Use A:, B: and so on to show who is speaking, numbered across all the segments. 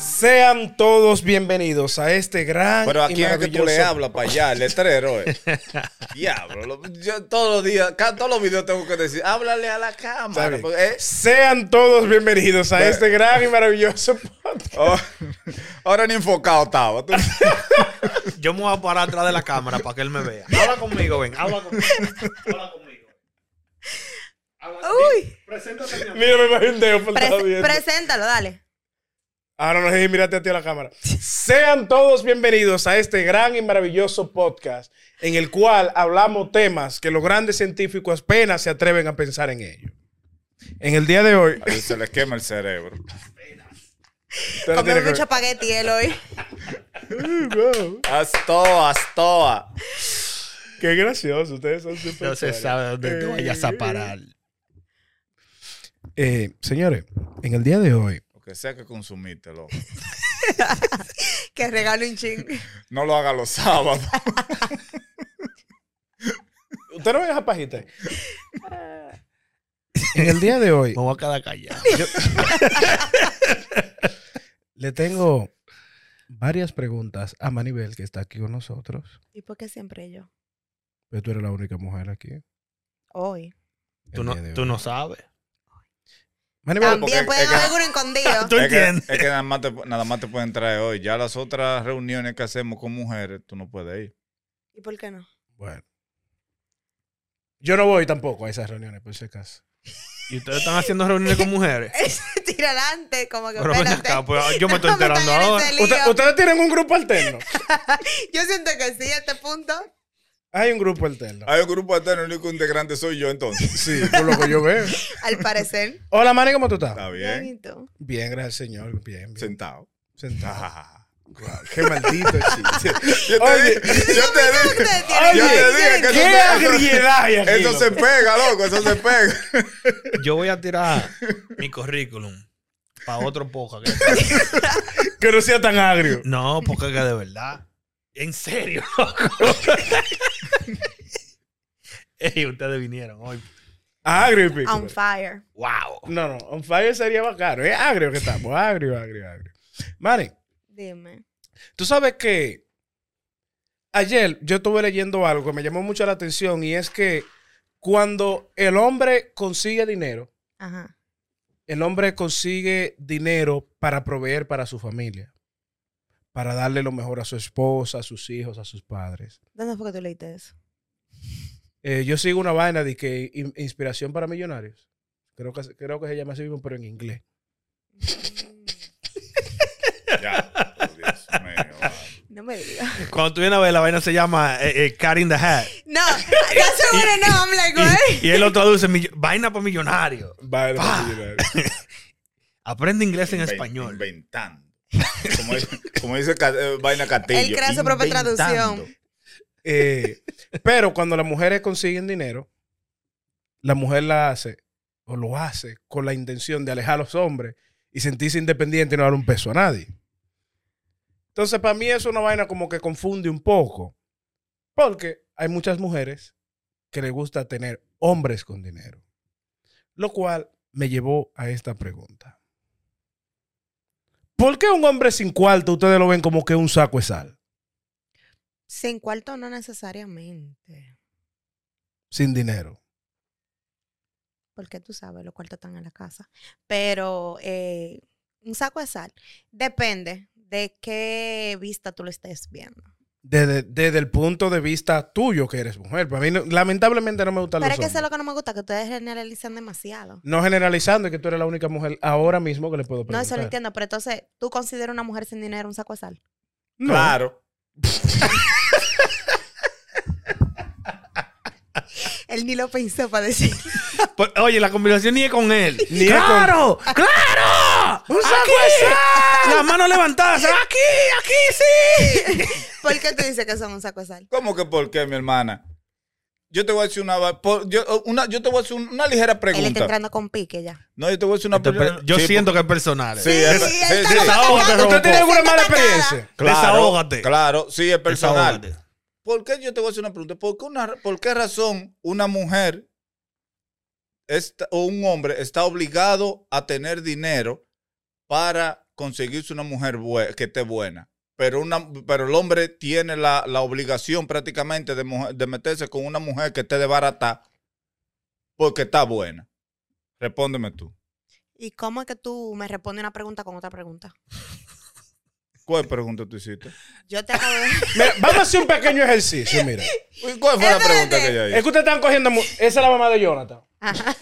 A: Sean todos bienvenidos a este gran.
B: Pero
A: y
B: aquí es que tú le
A: maravilloso-
B: hablas para allá, el letrero, eh. Diablo, lo- yo todos los días, ca- todos los videos tengo que decir, háblale a la
A: Está
B: cámara.
A: bien.
B: porque, eh,
A: Sean todos bienvenidos a
B: Bueno.
A: este gran y maravilloso podcast.
B: oh, ahora ni enfocado estaba. tú.
C: Yo me voy a parar atrás de la cámara para que él me vea. Habla conmigo, ven. Habla conmigo. Habla conmigo. Habla-
D: Uy.
C: Di- Preséntate, mi amor.
A: Mira, me bajé un dedo por estar
D: Pres-
A: viendo.
D: preséntalo, dale.
A: Ahora no sé si mirarte a ti a la cámara. Sean todos bienvenidos a este gran y maravilloso podcast en el cual hablamos temas que los grandes científicos apenas se atreven a pensar en ellos. En el día de hoy.
B: Ahí Se le quema el cerebro.
A: Usted no tiene
D: Comer
A: que
D: mucho
A: ver.
D: espagueti él hoy.
B: Astoa, astoa.
A: Qué gracioso, ustedes son súper
C: No se
A: chéveres.
C: sabe dónde tú vayas a parar.
A: Eh, señores, en el día de hoy
B: Lo que sea que consumiste, loco.
D: Que regalo un ching.
B: No lo haga los sábados.
A: Usted no ve esa pajita. ahí? en el día de hoy
C: Me voy a quedar callado.
A: le tengo varias preguntas a Manibel que está aquí con nosotros.
D: ¿Y por qué siempre yo?
A: Pero tú eres la única mujer aquí. el
D: Hoy.
C: Tú no,
A: día de
C: tú
A: hoy.
C: no sabes.
A: Maribel,
B: porque
D: También pueden
B: es que-
D: haber alguno escondido.
C: Tú
B: Es que,
C: entiendes.
B: es que nada, más te, nada más te pueden traer hoy. Ya las otras reuniones que hacemos con mujeres, tú no puedes ir.
D: ¿Y por qué no?
A: bueno. Yo no voy tampoco a esas reuniones, por si acaso.
C: Y ustedes están haciendo reuniones con mujeres.
D: Tira adelante, como que
C: Pero ven
D: espérate.
C: acá, pues yo me estoy
D: No metan
C: enterando
D: en ese
C: ahora.
D: lío.
A: Usted- ustedes tienen un grupo alterno.
D: Yo siento que sí a este punto.
A: Hay un grupo alterno.
B: Hay un grupo alterno, el único integrante soy yo entonces.
A: Sí, por lo que yo veo.
D: Al parecer.
A: Hola, Mani, ¿cómo tú estás?
B: Está bien.
D: Bien, ¿y tú?
A: Bien, gracias, señor. Bien, bien.
B: Sentado.
A: Sentado.
B: Ajá.
A: Guau, qué maldito chiste.
B: Yo te
A: Oye.
B: dije, yo te
D: ¿Qué
B: dije,
D: ustedes tienen?
B: yo te
D: ¿Qué
B: dije que
D: tienen?
A: ¡Qué agriedad hay aquí,
B: eso se
A: loco!
B: pega, loco, eso se pega.
C: Yo voy a tirar mi currículum para otro poca. que-
A: Que no sea tan agrio.
C: No, porque es que de verdad. En serio, loco. Ey, ustedes vinieron hoy.
A: Agrio y pico.
D: On fire.
C: ¡Wow!
A: No, no, on fire sería bacano. Es agrio que estamos. Agrio, agrio, agrio. Mari,
D: Dime.
A: tú sabes que ayer yo estuve leyendo algo que me llamó mucho la atención y es que cuando el hombre consigue dinero,
D: Ajá.
A: el hombre consigue dinero para proveer para su familia, para darle lo mejor a su esposa, a sus hijos, a sus padres.
D: ¿Dónde fue que tú leíste eso?
A: Eh, yo sigo una vaina de que in- inspiración para millonarios. Creo que, creo que se llama así mismo, pero en inglés.
B: Ya. Dios mío. ah,
D: No me digas.
C: Cuando tú vienes a ver, la vaina se llama eh, eh, Cat in the Hat.
D: No, yo seguro no. I'm like, what?
C: Y, y él lo traduce, millo- vaina para millonario.
A: Vaina
C: para
A: millonarios.
C: Aprende inglés en
B: Inven-
C: español.
B: Inventando. Como dice, como dice Ca- eh, Vaina Castillo.
D: Él crea su propia
B: inventando.
D: traducción.
A: Eh, pero cuando las mujeres consiguen dinero, la mujer la hace o lo hace con la intención de alejar a los hombres y sentirse independiente y no dar un peso a nadie. Entonces, para mí es una vaina como que confunde un poco. Porque hay muchas mujeres que les gusta tener hombres con dinero. Lo cual me llevó a esta pregunta. ¿Por qué un hombre sin cuarto ustedes lo ven como que un saco de sal?
D: Sin cuarto no necesariamente.
A: Sin dinero.
D: Porque tú sabes, los cuartos están en la casa. Pero eh, un saco de sal depende de qué vista tú lo estés viendo.
A: Desde, desde el punto de vista tuyo que eres mujer. Para mí, no- lamentablemente, no me gustan
D: Pero
A: los
D: es que eso es
A: hombres.
D: lo que no me gusta, que ustedes generalizan demasiado.
A: No generalizando, es que tú eres la única mujer ahora mismo que le puedo
D: No,
A: preguntar.
D: eso lo entiendo, pero entonces, ¿tú consideras una mujer sin dinero un saco de sal?
A: No.
B: Claro.
D: Él ni lo pensó para decir.
C: Pues, oye, la conversación ni es con él.
A: Ni es
C: ¡Claro! ¡Claro! ¡Un
B: Ah,
D: Ah,
B: pues,
C: saco Las manos levantadas. ¡Aquí! ¡Aquí sí!
D: ¿Por qué tú dices que son un saco de sal?
B: ¿Cómo que por qué, mi hermana? Yo te voy a decir una, va- por- yo, una, yo te voy a hacer una ligera
D: Él está
B: pregunta.
D: entrando con pique ya.
B: No, yo te voy a hacer una pregunta.
C: Yo siento que es personal.
B: Sí, es-
D: sí,
B: sí,
D: él está
B: sí.
D: como
C: Desahógate,
D: atacando.
A: ¿Usted tiene alguna mala
D: Siento atacada.
A: experiencia?
B: Claro,
C: Desahógate.
B: Claro, sí, es personal.
C: Desahógate.
B: ¿Por qué yo te voy a hacer una pregunta? ¿Por qué, una- por qué razón una mujer está- o un hombre está obligado a tener dinero para conseguirse una mujer bue- que esté buena. Pero, una, pero el hombre tiene la, la obligación prácticamente de, mujer- de meterse con una mujer que esté de barata porque está buena. Respóndeme tú.
D: ¿Y cómo es que tú me respondes una pregunta con otra pregunta?
B: ¿Cuál pregunta tú hiciste?
D: Yo te acabo de...
A: Mira, vamos a hacer un pequeño ejercicio, mira.
B: Uy, ¿Cuál fue la
D: Espérate.
B: pregunta que yo
A: Es
B: hice?
A: que ustedes están cogiendo... mu- Esa es la mamá de Jonathan.
D: Ajá.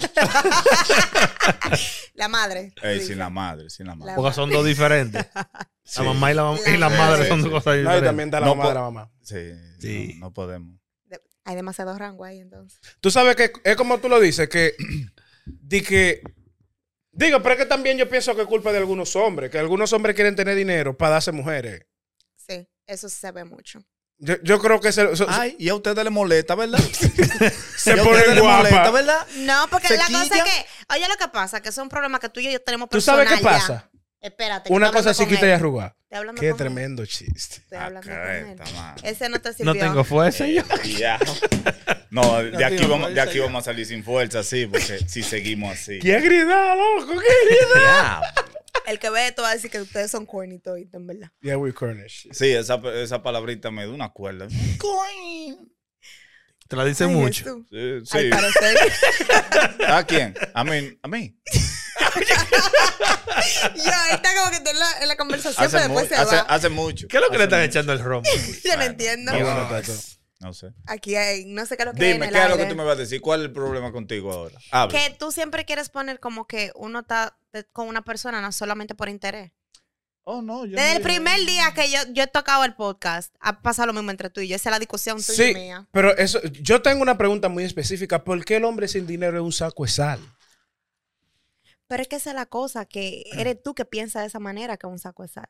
D: la madre.
B: Ey,
D: Luisa.
B: sin la madre, sin la madre.
D: La-
C: Porque son dos diferentes.
B: Sí,
C: La mamá y la, mam- y la
D: Sí,
C: madre
B: sí,
C: son
B: sí.
C: dos cosas
A: No, y
C: diferentes.
A: también está la
B: No
A: mamá
B: po-
A: de la mamá.
B: sí,
C: Sí.
B: No, no podemos.
D: Hay demasiado rango ahí, entonces.
A: Tú sabes que es como tú lo dices, que... Di que... Digo, pero es que también yo pienso que es culpa de algunos hombres, que algunos hombres quieren tener dinero para darse mujeres.
D: Sí, eso se ve mucho.
A: Yo, yo creo que se,
D: Ah,
A: se-
B: Ay, y a ustedes les molesta, ¿verdad?
A: se
B: Y a ustedes
A: ponen
B: les molesta,
A: guapas.
B: ¿verdad?
D: No, porque
B: ¿Se
D: la cosa es
B: quilla?
D: que... Oye, lo que pasa, que son problemas que tú y yo tenemos
A: ¿Tú sabes qué
D: personal ya.
A: pasa?
D: Espérate. que
A: Una
D: estoy
A: cosa
D: hablando
A: así
D: con
A: quita y
D: él.
A: arruga.
D: Estoy hablando
A: Qué
D: con él.
A: tremendo Ah, chiste.
D: Estoy
B: Ah,
D: hablando con él. Eh,
B: Acreta, man.
D: Ese no te sirvió.
C: No tengo fuerza yo.
B: Ya. Eh, No, de
C: No,
B: aquí,
C: tío,
B: vamos, de aquí
C: ya.
B: vamos a salir sin fuerza, sí, porque si seguimos así.
A: ¿Qué grita, loco? ¿Qué grita?
B: Ya.
D: El que ve esto va a decir que ustedes son corny toditos, en verdad.
A: Yeah, we Cornish.
B: Sí, esa, esa palabrita me da una cuerda. Sí,
C: Te la dice
D: Ay,
C: mucho.
D: Jesús.
B: sí.
D: Al parecer.
B: ¿A quién? A mí. A mí.
D: yo ahorita como que estoy en la, en la conversación,
B: Hace,
D: pero
B: mu-
D: después se
B: hace-
D: va.
B: hace mucho.
C: ¿Qué es lo que le
B: Hace
C: están
B: mucho.
C: echando el romo?
D: yo no
B: Bueno,
D: entiendo.
A: Qué
B: Dios.
A: bueno, Tato.
B: No sé.
D: Aquí hay, no sé qué es lo que hay en
B: Dime,
D: el
B: ¿qué es lo que
D: aire.
B: tú me vas a decir? ¿Cuál es el problema contigo ahora? Habla.
D: Que tú siempre quieres poner como que uno está de- con una persona, no solamente por interés.
B: Oh, no. yo
D: Desde
B: no-
D: el primer día que yo, yo he tocado el podcast, ha pasado lo mismo entre tú y yo. Esa es la discusión tuya y
A: Sí,
D: mía.
A: pero eso, yo tengo una pregunta muy específica. ¿Por qué el hombre sin dinero es un saco de sal?
D: Pero es que esa es la cosa, que
C: Mm.
D: eres tú que piensas de esa manera que es un saco de sal.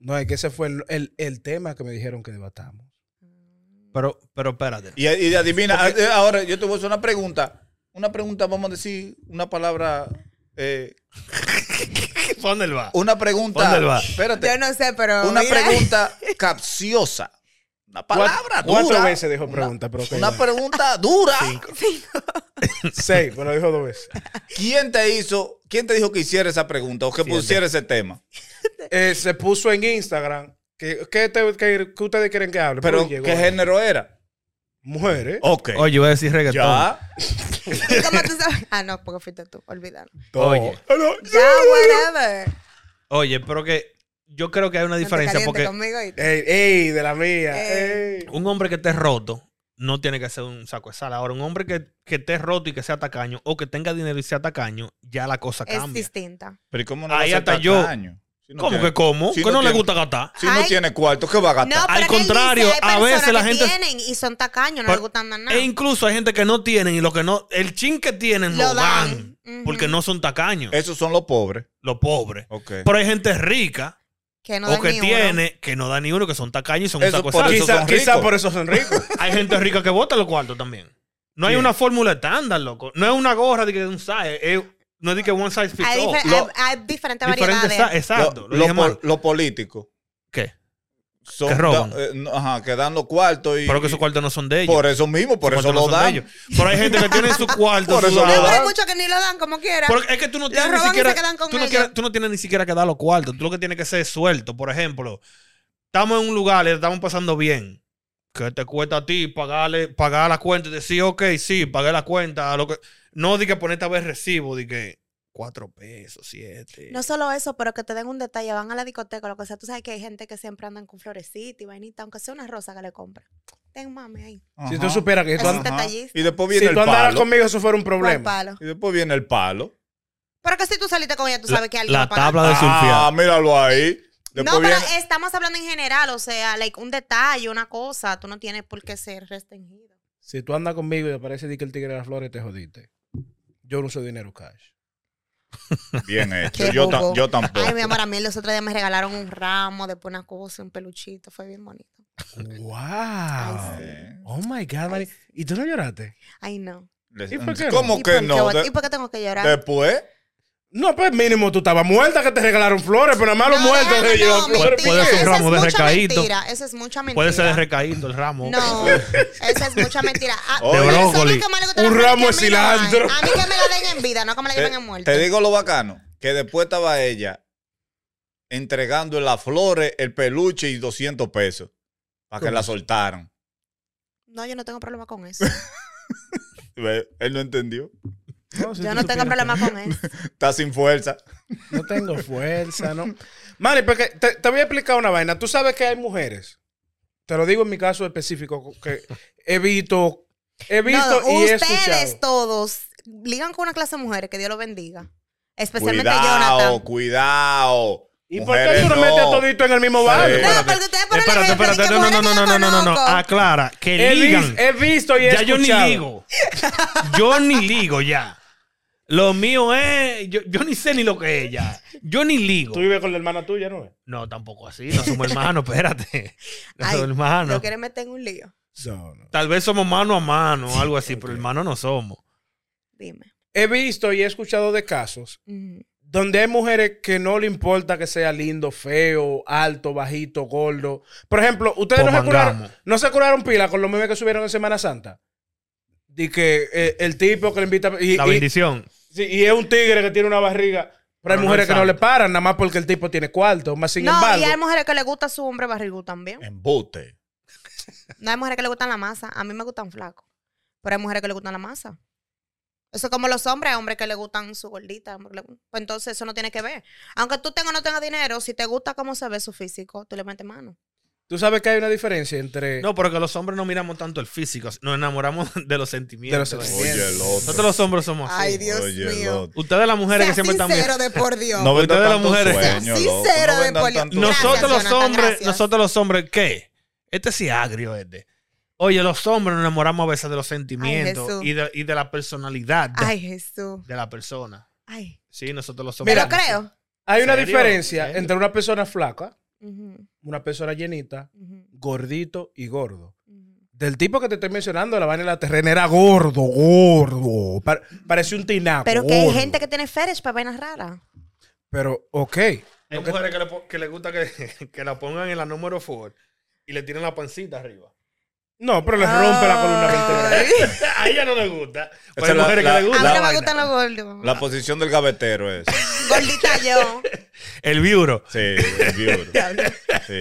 A: No, es que ese fue el, el- el tema que me dijeron que debatamos.
C: Pero, pero espérate.
B: Y, y adivina, eh, ahora yo te voy a hacer una pregunta. Una pregunta, vamos a decir, una palabra. eh,
C: ¿Para dónde él va?
B: una pregunta.
C: ¿Dónde va?
B: Espérate.
D: Yo no sé, pero.
B: Una
D: mira.
B: pregunta capciosa. Una palabra
A: Cuatro-
B: dura.
A: Cuatro veces dijo pregunta, pero ok,
B: Una,
A: ya.
B: pregunta dura.
A: Seis, pero dijo dos veces.
B: ¿Quién te hizo, quién te dijo que hiciera esa pregunta o que pusiera ese tema?
A: Eh, se puso en Instagram. ¿Qué que te- que- que ustedes quieren que Oh. hable?
B: Pero,
A: Uy, llegó. ¿eh?
B: ¿qué género era?
A: Mujeres.
B: Ok.
C: Oye, voy a decir reggaetón.
B: Ya.
D: ¿Y cómo tú sabes? Ah, no, porque fuiste tú, olvídalo.
A: Todo.
C: Oye.
D: Ya, whatever.
C: Oye, pero que yo creo que hay una
D: No te
C: diferencia
D: calientes
C: porque
D: conmigo y-
A: Ey, ey, de la mía.
D: Ey.
A: ey.
C: un hombre que esté roto no tiene que ser un saco de sal. Ahora, un hombre que, que esté roto y que sea tacaño o que tenga dinero y sea tacaño, ya la cosa
D: es
C: cambia.
D: distinta.
B: Pero ¿y cómo no
C: Ahí
B: va a
C: hasta
B: ser
C: yo.
B: tacaño? Si no
C: ¿Cómo
B: tiene-
C: que cómo?
B: si
C: que no, le
B: tiene-
C: gusta gastar.
B: Si no
D: Ay.
B: tiene cuarto, ¿qué va a
D: No,
B: gastar?
D: pero
C: Al
D: es que él
C: contrario,
D: dice, hay
C: a
D: personas
C: veces la
D: que
C: gente-
D: tienen y son tacaños, no
C: Pero-
D: les gustan dar nada.
C: E incluso hay gente que no tienen y lo que no, el chin que tienen lo,
D: Lo
C: dan.
D: dan. Ujú.
C: Porque no son tacaños,
B: Esos son los pobres.
C: los pobres.
B: Ok.
C: Pero hay gente rica
D: que no
C: o
D: dan
C: que
D: ni uno.
C: tiene que no da ni uno, que son tacaños y son un
B: Eso
C: saco de
B: por
C: sal.
B: eso
A: Quizá,
B: son
A: quizá
B: ricos.
A: por eso son ricos.
C: Hay gente rica que vota los cuartos también. No hay
A: Sí.
C: una fórmula estándar, loco. No es una gorra de que un size. es- no es de que one size fits
D: Hay,
C: all.
D: difer-
B: Lo-
D: hay- hay diferentes
C: Diferente
D: variedades.
C: size, exacto.
B: Lo-
C: Lo,
B: lo
C: dije
B: po-
C: mal.
B: Los políticos.
C: ¿Qué?
B: Son,
C: Que roban.
B: da- eh, no, ajá, que dan los cuartos y.
C: Pero que esos cuartos no son de ellos.
B: Por eso mismo, por
C: Esos
B: eso
C: cuartos no
B: lo
C: son de
B: dan.
C: ellos. Pero hay gente que tiene su cuarto.
B: Por
C: su
B: eso lo
C: lado.
D: Pero hay
B: dan.
D: muchos que ni lo dan como quiera.
C: Pero es que tú no
D: Lo
C: tienes ni
D: roban y
C: siquiera.
D: se quedan con
C: Tú no,
D: ellos.
C: quieres- tú no tienes ni siquiera que dar los cuartos. Tú lo que tienes que ser es suelto. Por ejemplo, estamos en un lugar, le estamos pasando bien. ¿Qué te cuesta a ti pagarle, pagar la cuenta? Y decir, ok, sí, pagué la cuenta. Lo que... No di que ponerte a ver recibo, di que cuatro pesos, siete.
D: No solo eso, pero que te den un detalle, van a la discoteca, lo que sea. Tú sabes que hay gente que siempre andan con florecitas y vainita, aunque sea una rosa que le compra. Ten mami ahí.
A: Si
B: Ajá.
A: tú supieras que si tú,
D: Eso
A: and-
D: está detallista.
B: Y después viene
A: si
B: el
A: tú andaras
B: palo.
A: conmigo, eso fuera un
D: Cual
A: problema.
D: palo.
B: Y después viene el palo.
D: Pero que si tú saliste con ella, tú
C: La-
D: sabes que alguien va
C: la
D: a pagar.
C: tabla de
B: Ah,
C: surfear.
B: míralo ahí. Después
D: No, pero
B: viene-
D: estamos hablando en general, o sea, like, un detalle, una cosa, tú no tienes por qué ser restringido.
A: Si tú andas conmigo y aparece di que el tigre de las flores, te jodiste. Yo no uso dinero cash.
B: Bien hecho.
D: Qué
B: Yo, ta-
D: bobo.
B: yo tampoco.
D: Ay, mi amor, a mí los otros días me regalaron un ramo, después una cosa, un peluchito, fue bien bonito.
A: ¡Wow!
B: Ah,
D: Ay,
B: sí.
A: Oh my God, Mari. ¿Y tú no lloraste?
D: Ay, no.
B: Les-
A: ¿Y por qué no?
B: ¿Cómo
D: ¿Y
B: que
D: por qué
B: no?
D: voy-
B: De-
D: ¿Y por qué tengo que llorar?
B: después.
A: No, pues mínimo tú estabas muerta que te regalaron flores, pero nada más los
D: No,
A: muertos
D: déjame,
A: te llevan
D: no,
A: flores.
D: mentira,
C: Puede ser un
D: esa
C: ramo
D: es
C: de
D: mucha
C: recaído.
D: mentira, Esa es mucha mentira.
C: Puede ser de recaído el ramo.
D: No, esa es mucha mentira. Ah, A-
B: De
D: personas
C: brócoli.
D: que más le gusta
A: Un
D: la
A: ramo
D: flor que
A: de
D: a mí no hay.
A: cilantro.
D: A mí que me la den en vida, no que me la
B: Te,
D: lleven en muerte.
B: te digo lo bacano. Que después estaba ella entregando las flores, el peluche y 200 pesos para que
A: ¿Cómo?
B: la soltaran.
D: No, yo no tengo problema con eso.
B: Ve, Él no entendió.
A: si
D: Yo
A: tú
D: no tengo
A: supieras
D: problema con eso.
B: Está sin fuerza.
A: que No tengo fuerza, ¿no? Mari, porque te, te voy a explicar una vaina. Tú sabes que hay mujeres. Te lo digo en mi caso específico, que he visto, he visto
D: No,
A: y he
D: ustedes
A: escuchado.
D: todos ligan con una clase de mujeres, que Dios los bendiga. Especialmente
B: Cuidado,
D: Pues Jonathan.
B: cuidado.
A: ¿Y por qué
B: Mujeres,
A: tú no metes
B: no.
A: todito en el mismo barrio?
B: Sí.
D: No, porque ustedes ponen
C: Espérate,
D: ejemplo de que
C: espérate. No, no,
D: mujeres
C: no, no,
D: que yo
C: no, no, no, Ah, no.
D: conozco.
C: Aclara, que
A: He, vis-
C: ligan.
A: he visto y he
C: Ya yo
A: escuchado.
C: ni ligo. Yo ni ligo ya. Lo mío es. Yo, yo ni sé ni lo que es ya. Yo ni ligo.
A: Tú vives con la hermana tuya, ¿no? es?
C: No, tampoco así. No somos hermanos, espérate. No
D: Ay,
C: somos hermanos.
D: Lo quieren meter en un lío.
A: No, no.
C: Tal vez somos mano a mano o algo así, pero hermanos no somos.
D: Dime.
A: He visto y he escuchado de casos
D: Ujú.
A: donde hay mujeres que no le importa que sea lindo, feo, alto, bajito, gordo. Por ejemplo, ustedes no se,
C: Pomangamo.
A: curaron, no se curaron pila con los memes que subieron en Semana Santa. De que eh, el tipo que le invita. Y,
C: La
A: y-
C: bendición.
A: sí, y es un tigre que tiene una barriga. Pero hay
C: No, no
A: mujeres
C: es
A: que no
C: santo.
A: le paran, nada más porque el tipo tiene cuarto. Más sin
D: no,
A: embargo.
D: y hay mujeres que le gusta su hombre barrigudo también.
B: Embute.
D: No hay mujeres que le gustan la masa. A mí me gustan flacos. Pero hay mujeres que le gustan la masa. Eso es como los hombres, hay hombres que le gustan su gordita. hombres que le- Pues entonces eso no tiene que ver. Aunque tú tengas o no tengas dinero, si te gusta cómo se ve su físico, tú le metes mano.
A: Tú sabes que hay una diferencia entre.
C: No, porque los hombres no miramos tanto el físico, nos enamoramos de los sentimientos.
A: De los sentimientos.
B: Oye, el otro.
C: Nosotros los hombres somos así.
D: Ay, Dios
B: Oye, el
D: mío.
B: otro.
C: Ustedes las mujeres que
D: Sea
C: siempre están
D: sincero de por Dios.
B: No vendan
C: Ustedes las
B: tanto
C: mujeres.
B: sueño,
D: Sea
B: loco.
D: sincero
B: No
D: de
B: vendan
D: poli-
B: tanto
C: Nosotros
D: Gracias,
C: los
D: Jonathan,
C: hombres,
D: gracias.
C: nosotros los hombres, ¿qué? Este sí es agrio este. Oye, los hombres nos enamoramos a veces de los sentimientos
D: Jesús.
C: y, de, y de la personalidad de,
D: Ay, Jesús.
C: de la persona.
D: Ay.
C: Sí, nosotros los hombres.
D: Pero
C: somos
D: creo.
C: así.
A: hay una
C: ¿Serio?
A: diferencia
C: ¿Serio?
A: entre una persona flaca,
D: Ujú,
A: una persona llenita,
D: ujú,
A: gordito y gordo.
D: ujú.
A: Del tipo que te estoy mencionando, la vaina de la terrena era gordo, gordo. Pa- parecía un tinaco.
D: Pero que hay
A: gordo.
D: gente que tiene fetish para vainas raras.
A: Pero, ok.
C: Hay mujeres que le, po- que le gusta que, que la pongan en la número 4 y le tiran la pancita arriba.
A: No, pero les rompe la columna vertebral.
C: a ella no le gusta.
B: Esa
C: Pero hay
B: es la-
C: mujeres
B: la-
C: que le
D: A mí
C: gusta.
D: no
C: la
D: me
C: vaina.
D: gustan los gordos.
B: La posición del gavetero es.
D: Gordita yo.
C: El viuro.
B: Sí, el viuro. Sí.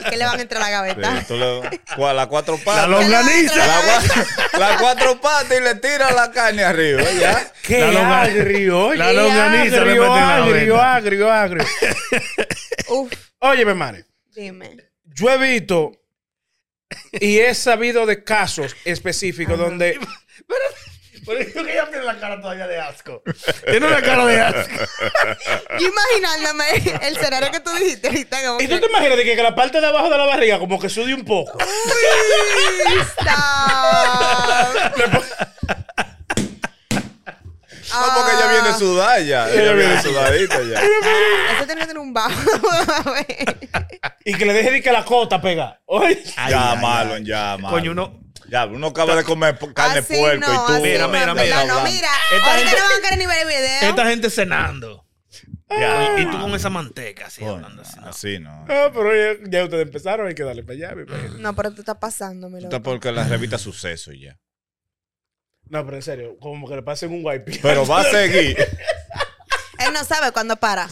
D: ¿Y qué le van a entrar a la gaveta?
B: sí. Tú le- cua- la cuatro
C: La
B: patas. La,
C: longaniza.
B: cua- la cuatro patas y le tira la carne arriba. ¿ya?
A: Qué
C: La longa-
A: agrio,
C: la
A: qué
C: longaniza le
A: agrio,
C: meten en la
A: agrio,
C: vena.
A: agrio, agrio.
D: Uf,
A: Oye, mi madre,
D: dime.
A: yo he visto y he sabido de casos específicos donde
C: Por eso que ella tiene la cara todavía de asco. Tiene una cara de asco.
D: Yo imaginándome el escenario que tú dijiste ahorita. Como
A: ¿Y tú
D: que,
A: te imaginas de que, que la parte de abajo de la barriga como que sube un poco?
D: "Stop".
B: No, porque ella viene sudada ya. Ella viene sudadita ya.
D: Ah, Eso tenía que tener un bajo. A ver.
A: Y que le deje de que la cota pega. Oye.
B: ya, malo, ya, malo.
C: Coño, uno-
B: Ya, uno acaba de comer po- carne
D: Así
B: puerco
D: no,
B: y tú.
D: así
C: Mira,
D: no,
C: mira,
D: en
C: mira,
D: verdad, No,
B: hablando.
D: mira.
C: Esta
D: Ahorita
C: gente-
D: no van a querer ni ver el video.
C: Esta gente cenando.
B: Ya,
C: Y tú con esa manteca así
B: coño,
C: hablando así. ¿no?
B: así no.
A: Ah, pero ya, ya ustedes empezaron, hay que darle para allá. mi madre.
D: No, pero tú estás pasándome,
B: Esto es
D: loco.
B: porque la revista suceso ya.
A: No, pero en serio, como que le pasen un wipe.
B: Pero va a seguir.
D: Él no sabe cuándo para.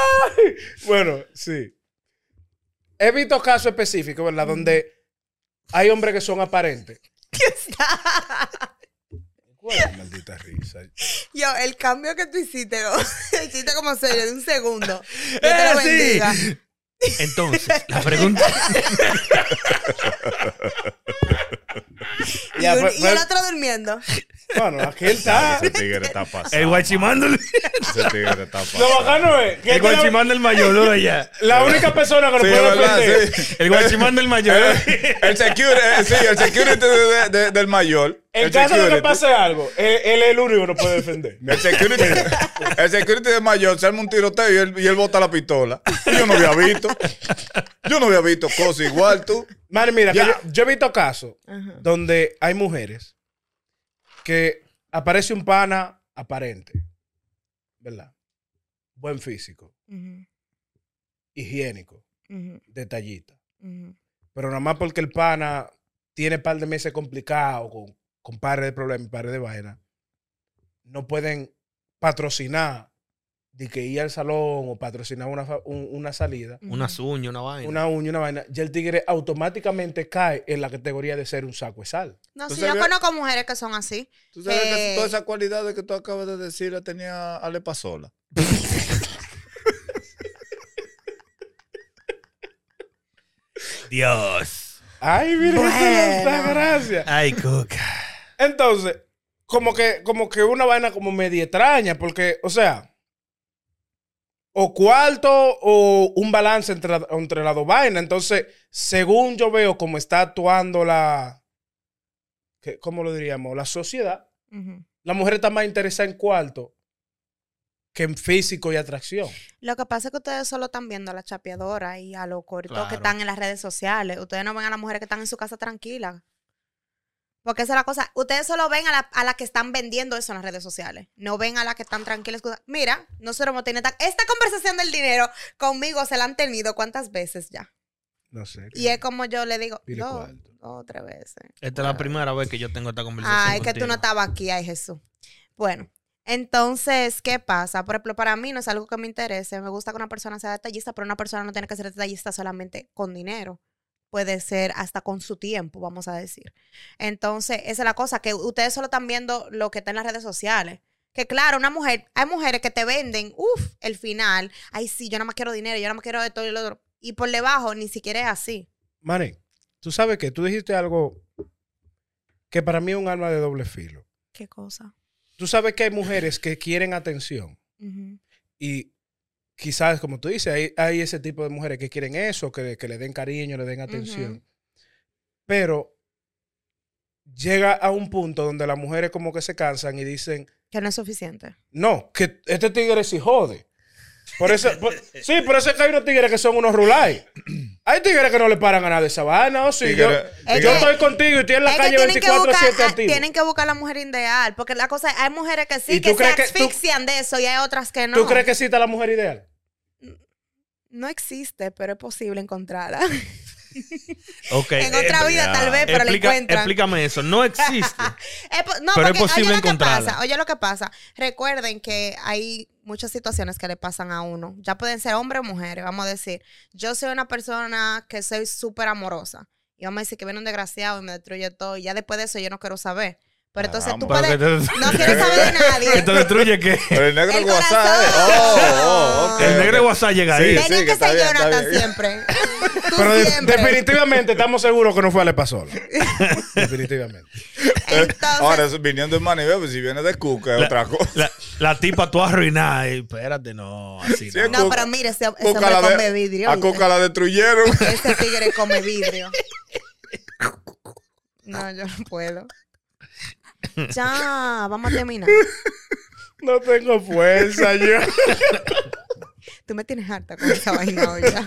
A: Bueno, sí. He visto casos específicos, ¿verdad? Donde hay hombres que son aparentes. ¿Cuál es la maldita risa?
D: Yo, el cambio que tú hiciste, lo, hiciste como serio, de un segundo. Yo
C: ¡Eh,
D: te lo
C: sí!
D: bendiga.
C: Entonces, la pregunta.
D: Y,
A: Ya,
D: un-
C: pues,
A: fue-
D: y
A: fue-
D: el otro durmiendo.
A: Bueno, aquí él está.
B: Ese tigre está pasado.
C: El guachimándole.
B: Ese tigre está pasado.
A: Lo bacano es que esta
C: El
A: es la-
C: guachimán del mayor, ¿no? Allá.
A: la única persona que lo
B: Sí,
A: puede
B: ¿verdad?
A: defender
B: Sí.
C: El guachimán del mayor.
B: El, el security, eh, sí, el security de- de- del mayor.
A: En
B: el
A: caso de que
B: security.
A: pase algo, él, él es el único que no puede defender.
B: El security, el security de mayor se arma un tiroteo y él, y él bota la pistola. Yo no había visto. Yo no había visto cosas igual tú.
A: Madre, mira, que
B: Ya.
A: yo, yo he visto casos
D: Ajá.
A: donde hay mujeres que aparece un pana aparente, ¿verdad? Buen físico,
D: Ujú,
A: higiénico,
D: ujú,
A: detallista.
D: ujú.
A: Pero nada más porque el pana tiene par de meses complicado con, con pares de problemas y pares de vaina, no pueden patrocinar de que ir al salón o patrocinar una, fa- un- una salida,
C: Una uñas, una vaina.
A: una uña, una vaina, ya el tigre automáticamente cae en la categoría de ser un saco de sal.
D: No,
B: ¿Tú
D: si yo
B: sabías?
D: conozco mujeres que son así.
B: Tú sabes que
D: Eh.
B: todas esas cualidades que tú acabas de decir la tenía Ale Pasola.
C: Dios.
A: Ay, mira,
D: Bueno.
A: esa esa gracia.
C: Ay, Cuca.
A: Entonces, como que, como que una vaina como media extraña, porque, o sea, o cuarto o un balance entre, la- entre las dos vainas. Entonces, según yo veo cómo está actuando la, que- ¿cómo lo diríamos? La sociedad,
D: Ujú.
A: la mujer está más interesada en cuarto que en físico y atracción.
D: Lo que pasa es que ustedes solo están viendo a la chapeadora y a los cortos
C: Claro.
D: que están en las redes sociales. Ustedes no ven a las mujeres que están en su casa tranquilas. Porque esa es la cosa. Ustedes solo ven a las a la que están vendiendo eso en las redes sociales. No ven a las que están tranquilas. Mira, nosotros hemos tenido tan- esta conversación del dinero conmigo, se la han tenido cuántas veces ya.
A: No sé.
D: Y es como yo le digo,
A: Dile
D: dos,
A: cuarto.
D: dos, tres veces.
C: Esta es la primera vez que yo tengo esta conversación.
D: Ay, que tú no
C: contigo.
D: estabas aquí, ay Jesús. Bueno, entonces, ¿qué pasa? Por ejemplo, para mí no es algo que me interese. Me gusta que una persona sea detallista, pero una persona no tiene que ser detallista solamente con dinero. Puede ser hasta con su tiempo, vamos a decir. Entonces, esa es la cosa, que ustedes solo están viendo lo que está en las redes sociales. Que claro, una mujer, hay mujeres que te venden, uff, el final. Ay, sí, yo nada más quiero dinero, yo nada más quiero esto y lo otro. Y por debajo ni siquiera es así.
A: Mane, tú sabes que tú dijiste algo que para mí es un arma de doble filo.
D: Qué cosa.
A: Tú sabes que hay mujeres que quieren atención.
D: Ujú.
A: Y quizás, como tú dices, hay, hay ese tipo de mujeres que quieren eso, que, que le den cariño, le den atención.
D: Ujú.
A: Pero llega a un punto donde las mujeres como que se cansan y dicen,
D: Que no es suficiente.
A: no, que este tigre sí jode. Por eso, por- sí, por eso es que hay unos tigres que son unos rulay. Hay tigres que no le paran a nada de esa vaina. o sí,
B: Tigre-
A: yo,
B: tigre-
A: yo estoy contigo y estoy en la
D: Es que
A: calle
D: tienen que
A: 24-7
D: buscar- ah,
A: activo.
D: Tienen que buscar la mujer ideal. Porque la cosa es, hay mujeres que
A: ¿Y
D: sí,
A: tú
D: que se
A: crees que- tú-
D: asfixian de eso y hay otras que no.
A: ¿Tú crees que existe la mujer ideal?
D: No existe, pero es posible encontrarla.
C: Ok, eh,
D: en otra vida tal vez, pero la
C: explica-
D: encuentran.
C: Explícame eso. No existe.
D: Es po- no,
C: Pero es
D: porque,
C: posible
D: oye lo que
C: encontrarla.
D: pasa, oye lo que pasa. Recuerden que hay muchas situaciones que le pasan a uno. Ya pueden ser hombres o mujeres, vamos a decir. Yo soy una persona que soy súper amorosa. Y vamos a decir que viene un desgraciado y me destruye todo. Y ya después de eso yo no quiero saber.
A: Ah,
D: Pero entonces tú
B: Caramba.
C: Pero
D: puedes...
C: que te,
D: No quiero saber de
C: que
D: nadie.
C: te destruye que
B: Pero el negro
D: El
B: WhatsApp. ¿eh?
D: corazón.
B: Oh, oh, ok,
D: El
C: el negro
B: ok.
C: WhatsApp llega
B: Sí.
C: ahí.
D: Tenía
B: que
D: que
B: está
D: ser
B: bien, está
D: Jonathan
B: bien.
D: siempre. Tú
A: Pero de-
D: siempre.
A: definitivamente estamos seguros que no fue Ale Pasola. definitivamente.
D: Entonces,
B: Ahora, eso viniendo de Manibel, pues si viene de Cuca, es
C: La-
B: otra cosa.
C: La, la tipa tú arruinada. Ey, Espérate, no. Así
B: Sí,
C: no.
B: es
D: no,
B: Cuca-
D: pero mire, ese, ese
B: Cuca
D: hombre
B: la de-
D: come vidrio.
B: a
D: ¿viste?
B: Cuca la destruyeron.
D: Ese tigre come vidrio. No, yo no puedo. Ya, vamos a terminar.
A: No tengo fuerza yo.
D: Tú me tienes harta con esa vaina hoy ya.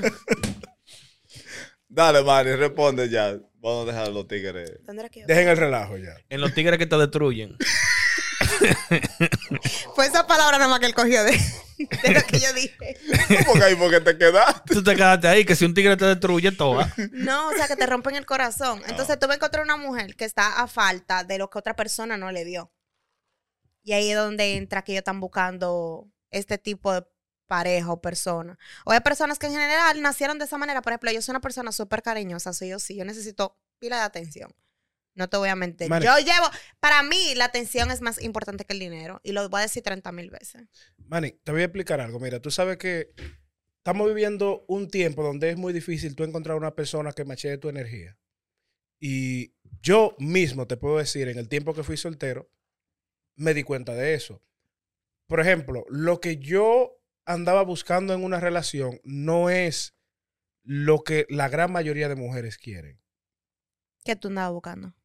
B: Dale, Mari, responde ya. Vamos a dejar a los tigres.
D: ¿Dónde era que yo?
A: Dejen el relajo ya.
C: En los tigres que te destruyen.
D: Fue esa palabra nada más que él cogió de, de lo que yo dije.
B: Porque ahí porque te quedaste.
C: Tú te quedaste ahí, que si un tigre te destruye, toda.
D: No, o sea, que te rompen el corazón. Entonces tú vas a encontrar una mujer que está a falta de lo que otra persona no le dio. Y ahí es donde entra que ellos están buscando este tipo de pareja o persona. O hay personas que en general nacieron de esa manera. Por ejemplo, yo soy una persona súper cariñosa. Soy yo sí, yo necesito pila de atención. No te voy a mentir.
A: Mari.
D: Yo llevo, para mí la atención es más importante que el dinero. Y lo voy a decir 30 mil veces.
A: Manny, te voy a explicar algo. Mira, tú sabes que estamos viviendo un tiempo donde es muy difícil tú encontrar una persona que machee tu energía. Y yo mismo te puedo decir, en el tiempo que fui soltero, me di cuenta de eso. Por ejemplo, lo que yo andaba buscando en una relación no es lo que la gran mayoría de mujeres quieren.
D: ¿Qué tú andabas buscando?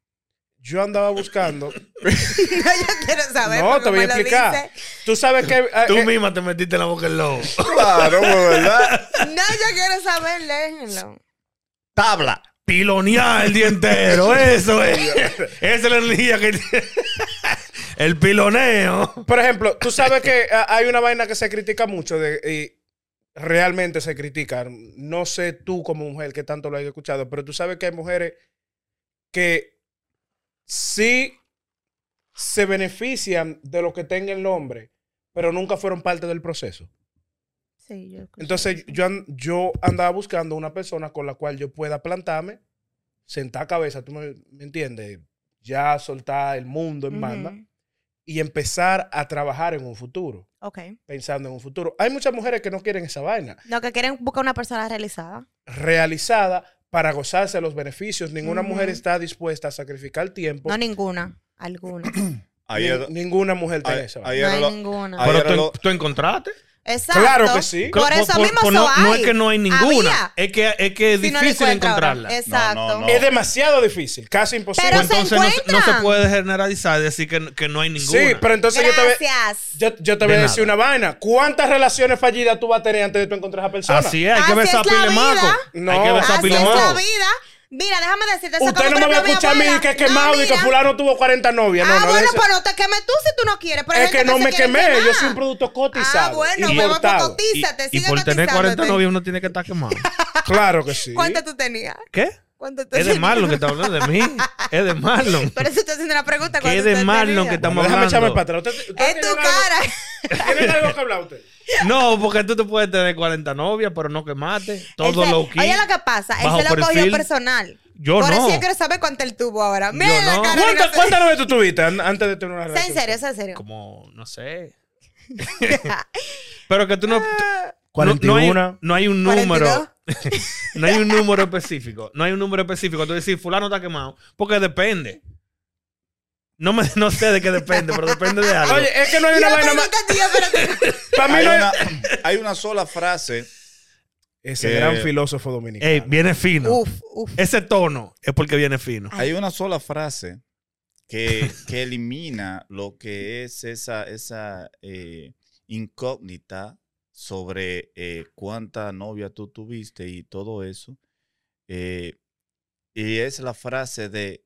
A: Yo andaba buscando
D: no, yo quiero saber.
A: No,
D: porque
A: te voy a
D: me lo
A: explicar.
D: dice.
A: Tú sabes que. eh,
C: Tú
A: eh,
C: misma te metiste en la boca el lobo.
B: Claro, pues, ¿verdad?
D: No, yo quiero saber, déjenlo.
B: Tabla.
C: Pilonear el día entero. Eso es. Esa es la energía que. el piloneo.
A: por ejemplo, tú sabes que eh, hay una vaina que se critica mucho de, y realmente se critica. No sé tú como mujer que tanto lo hayas escuchado, pero tú sabes que hay mujeres que sí se benefician de lo que tenga el hombre, pero nunca fueron parte del proceso.
D: Sí, yo escuché
A: Entonces
D: eso.
A: yo, an- yo andaba buscando una persona con la cual yo pueda plantarme, sentar cabeza, tú me, me entiendes, ya soltar el mundo en banda
D: Ujú.
A: y empezar a trabajar en un futuro,
D: Ok.
A: pensando en un futuro. Hay muchas mujeres que no quieren esa vaina,
D: Lo que quieren es buscar una persona realizada.
A: realizada para gozarse los beneficios. Ninguna
D: Ujú.
A: mujer está dispuesta a sacrificar tiempo.
D: No ninguna. Alguna.
B: Ahí
A: Ni-
B: es,
A: ninguna mujer tiene
B: ahí-
A: esa vaina.
B: ahí
D: no
B: es
D: hay
B: lo-
D: ninguna.
B: Ahí
C: Pero
B: era
C: tú,
B: lo-
C: tú encontraste.
D: Exacto.
A: Claro que sí.
D: Por eso mismo
C: no,
D: eso
C: no
D: hay.
C: es que no hay ninguna.
D: Había.
C: Es que, es que es
D: Si no la
C: difícil
D: encuentra ahora.
C: encontrarla.
D: Exacto.
B: No, no, no.
A: Es demasiado difícil, casi imposible.
D: Pero
C: Pues entonces
D: se
C: no se- no, se
D: encuentran.
C: puede generalizar y decir que, que no hay ninguna.
A: Sí, pero entonces yo te, voy-
D: Gracias.
A: Yo, yo te voy
C: De
A: a decir
C: nada.
A: una vaina. ¿Cuántas relaciones fallidas tú vas a tener antes de tú encontrar a esa persona?
C: Así es, hay
D: Así
C: que besar
D: es la
C: pile maco.
D: vida.
A: No.
C: hay que besar
A: Esa
D: Así
C: pile
D: es la
C: maco.
D: vida. Mira, déjame decirte eso.
A: Usted
D: como,
A: no me va
D: por
A: a
D: ejemplo, mi
A: escuchar a mí
D: abuela.
A: que es
D: No,
A: quemado y que
D: mira.
A: fulano tuvo 40 novias. No,
D: ah,
A: no,
D: bueno,
A: déjese.
D: pero no te quemes tú si tú no quieres. Pero hay
A: es
D: gente
A: que no
D: se
A: me
D: quiere
A: quemé.
D: quemar.
A: Yo soy un producto cotizado.
D: Ah, bueno, me voy a
A: importado.
D: cotízate.
C: Y, y
D: sigue
C: por tener
D: cotizándote.
C: 40 novios uno tiene que estar quemado.
A: Claro que sí.
D: ¿Cuánto tú tenías?
C: ¿Qué?
D: ¿Cuánto tú
C: Es de
D: tenías?
C: Marlon que está hablando de mí. Es de Marlon.
D: Pero eso estoy haciendo una pregunta.
C: ¿Qué
D: ¿cuánto
C: es de
D: tú
C: Marlon que
D: tenías?
A: Bueno,
C: estamos
A: déjame echarme
C: hablando?
A: para atrás. ¿Usted- usted
D: Es tu
A: tiene algo-
D: cara.
A: ¿Tiene algo que hablar usted?
C: No, porque tú te puedes tener 40 novias, pero no quemate. Todo
D: Él se-
C: low key.
D: Oye, lo que pasa. Él
C: bajo
D: se lo cogió
C: perfil.
D: personal.
C: Yo
D: Por
C: no.
D: eso yo quiero saber cuánto él tuvo ahora. Mira
C: Yo
D: la
C: no.
D: cara. de
A: ¿Cuántas
D: inocente.
A: cuántas novias tú tuviste an- antes de tener una
D: Sea en
A: relación?
D: serio, sea en serio.
C: Como, no sé. Pero que tú no.
B: Ah.
C: No, no hay,
A: 41.
C: no hay un
D: 42.
C: número. no hay un número específico. No hay un número específico. Tú decís, fulano está quemado. Porque depende. No, me, no sé de qué depende, pero depende de algo.
A: Oye, es que no hay
D: Yo
A: una
D: la
A: vaina más.
D: pregunta, tío, pero-
A: Para mí
B: hay,
A: no
B: una,
A: es.
B: hay una sola frase.
A: Ese
B: que-
A: gran filósofo
C: Ey,
A: dominicano.
C: viene fino.
D: Uf, Ah. uf.
C: Ese tono es porque viene fino.
B: Hay una sola frase que, que elimina lo que es esa, esa eh, incógnita sobre eh, cuánta novia tú tuviste y todo eso. Eh, y es la frase de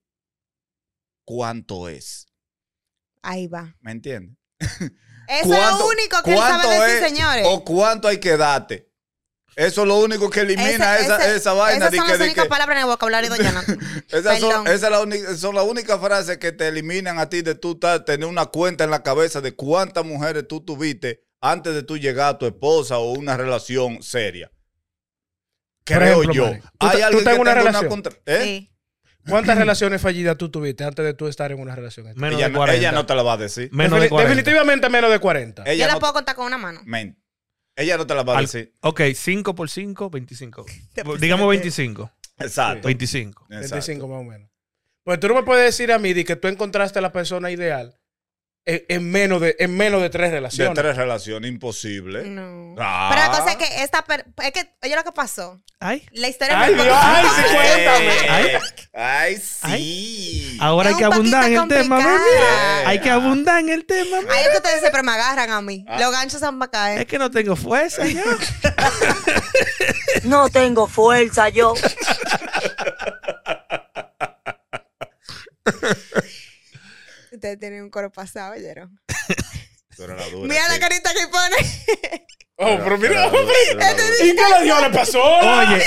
B: cuánto es.
D: Ahí va.
B: ¿Me entiendes?
D: Eso es lo único que él
B: cuánto
D: sabe decir,
B: es
D: señores.
B: O cuánto hay que darte. Eso es lo único que elimina
D: Ese-
B: esa,
D: ese-
B: esa vaina.
D: Esas
B: de
D: son
B: que-
D: las
B: de
D: únicas
B: que-
D: palabras en el vocabulario de Doña Nata.
B: Esas son,
D: Perdón.
B: esa es la única, son las únicas frases que te eliminan a ti de tú ta- tener una cuenta en la cabeza de cuántas mujeres tú tuviste antes de tú llegar a tu esposa o una relación seria.
A: Por
B: Creo
A: ejemplo,
B: yo.
A: Mari, ¿tú te- tú
B: alguien
A: tengo una
B: tenga
A: relación?
B: contra- ¿Eh?
D: Sí.
A: ¿Cuántas relaciones fallidas tú tuviste antes de tú estar en una relación? estable?
C: Menos
B: Ella,
C: de
B: no,
C: 40.
B: ella no te la va a decir.
C: Menos de
A: Defini-
C: 40.
A: Definitivamente menos de 40.
D: Yo
B: Ella
D: la
B: no,
D: puedo contar con una mano.
B: Men, ella no te la va a
C: Al-
B: decir.
C: Ok, 5 por 5, 25.
D: Te pusiste-
C: Digamos 25.
B: Exacto.
C: 25.
B: Exacto.
A: 25 más o menos. Pues tú no me puedes decir a mí de que tú encontraste a la persona ideal en, en menos, de, en menos de tres
B: De
A: relaciones.
B: tres relaciones, imposible.
D: No.
B: Ah.
D: Pero la cosa es que esta. per- Es que, oye, lo que pasó.
C: Ay,
D: La historia
A: ¡Ay,
D: me-
A: Dios! ¡Ay, sí, cuéntame!
B: Ay,
C: Ay.
B: ay, sí. Eh,
C: ahora
D: Es
C: hay que
D: un poquito
C: abundar en el tema,
D: complicada.
C: mami. Hay que abundar en el tema, mami.
D: Ahí es que ustedes siempre me agarran a mí.
B: Ah.
D: Los ganchos son para
C: Es
D: caer.
C: que no tengo fuerza ya.
E: No tengo fuerza yo.
D: Ustedes tienen un coro pasado, oyeron.
B: Tú eres la dura,
D: Mira la
B: sí.
D: carita que pone.
A: Oh, pero mira,
B: Tú eres la dura, tú eres la dura.
D: Este
A: ¿y qué le dio a la persona?
C: Oye,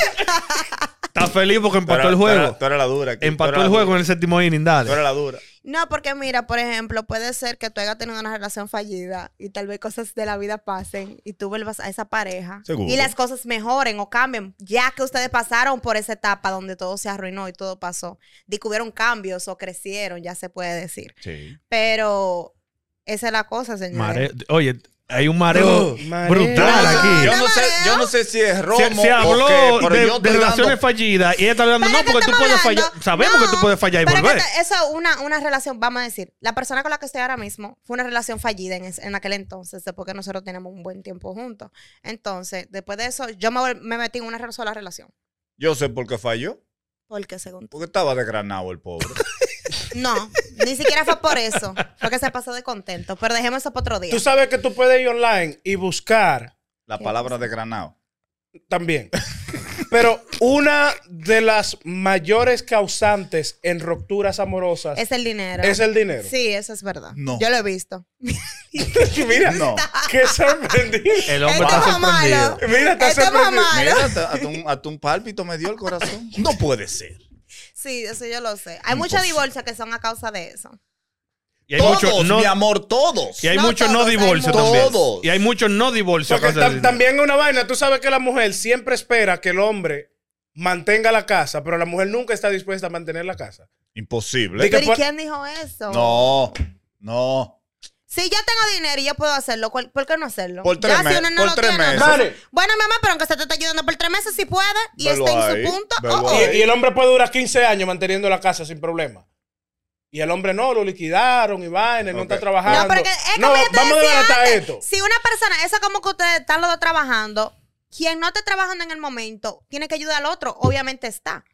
C: está feliz porque
B: Tú eras-
C: empató el
B: tú eras-
C: juego.
B: Tú eres la dura. aquí, tú
C: Empató
B: eras
C: el
B: la
C: juego
B: dura,
C: en el séptimo inning, dale.
B: Tú eres la dura.
D: No, porque mira, por ejemplo, puede ser que tú hayas tenido una relación fallida y tal vez cosas de la vida pasen y tú vuelvas a esa pareja
B: Seguro.
D: y las cosas mejoren o cambien, ya que ustedes pasaron por esa etapa donde todo se arruinó y todo pasó. Descubrieron cambios o crecieron, ya se puede decir.
B: Sí.
D: Pero esa es la cosa, señores.
C: Mareo- Oye, hay un mareo
A: Oh, mareo.
C: brutal aquí.
B: Yo no, sé, yo no sé si es romo
C: Se, se
B: o
C: habló
B: qué, pero
C: de,
B: yo
C: de
B: estoy dando-
C: relaciones fallidas y ella está hablando,
D: Pero
C: no,
D: es que
C: porque tú
D: estamos
C: puedes
D: hablando-
C: fallar. Sabemos
D: No,
C: que tú puedes fallar y
D: pero es que
C: volver.
D: te- eso es una, una relación, vamos a decir, la persona con la que estoy ahora mismo fue una relación fallida en, es- en aquel entonces, después que nosotros tenemos un buen tiempo juntos. Entonces, después de eso, yo me, vol- me metí en una re- sola relación.
B: Yo sé por qué falló.
D: Porque según tú.
B: Porque estaba desgranado el pobre.
D: No, ni siquiera fue por eso. Porque se pasó de contento. Pero dejemos eso para otro día.
A: Tú sabes que tú puedes ir online y buscar
B: La
D: ¿Qué
B: palabra
D: pasa?
B: desgranado.
A: también. Pero una de las mayores causantes en rupturas amorosas es,
D: Es el dinero.
A: el dinero.
D: Sí, eso es verdad.
B: No.
D: Yo lo he visto.
A: Mira,
B: No.
A: qué sorprendido.
C: El hombre
D: Esto
C: está
D: es malo.
C: sorprendido.
A: Mira, está
D: Esto es más
A: sorprendido.
D: malo.
B: Mira, hasta, hasta un, hasta un pálpito me dio el corazón. No puede ser.
D: Sí, eso yo lo sé. Hay muchos
B: Imposible.
D: divorcios que son a causa de eso.
C: Y hay
B: todos,
C: muchos no,
B: mi amor, todos.
C: y hay
D: No
C: muchos no
D: todos, hay
C: divorcios
D: muchos.
C: también.
B: Todos.
C: Y hay muchos no divorcios. a
A: Porque
C: causa del
A: tam-
C: dinero.
A: también es una vaina. Tú sabes que la mujer siempre espera que el hombre mantenga la casa, pero la mujer nunca está dispuesta a mantener la casa.
B: Imposible.
A: Diga-
D: Pero ¿y
A: por-
D: quién dijo eso?
B: No, no.
D: Si yo tengo dinero y yo puedo hacerlo, ¿cuál- ¿por qué no hacerlo?
B: Por tres
D: Ya, si
B: mes-
D: uno no
B: por
D: lo
B: tres
D: tiene,
B: meses.
D: entonces-
A: Vale.
D: Bueno, mi mamá, pero aunque se te está ayudando por tres meses, si puede, y
B: Velo
D: está en
B: ahí,
D: su punto.
B: velo
D: oh, oh.
B: ahí.
A: Y, y el hombre puede durar 15 años manteniendo la casa sin problema. Y el hombre no, lo liquidaron y vaina, no
B: Ok.
A: está
D: No,
A: trabajando.
D: porque es como
A: No,
D: yo te
A: vamos a
D: decía
A: desbaratar
D: antes,
A: esto.
D: Si una persona, eso como que ustedes están los dos trabajando, quien no esté trabajando en el momento, tiene que ayudar al otro, obviamente está.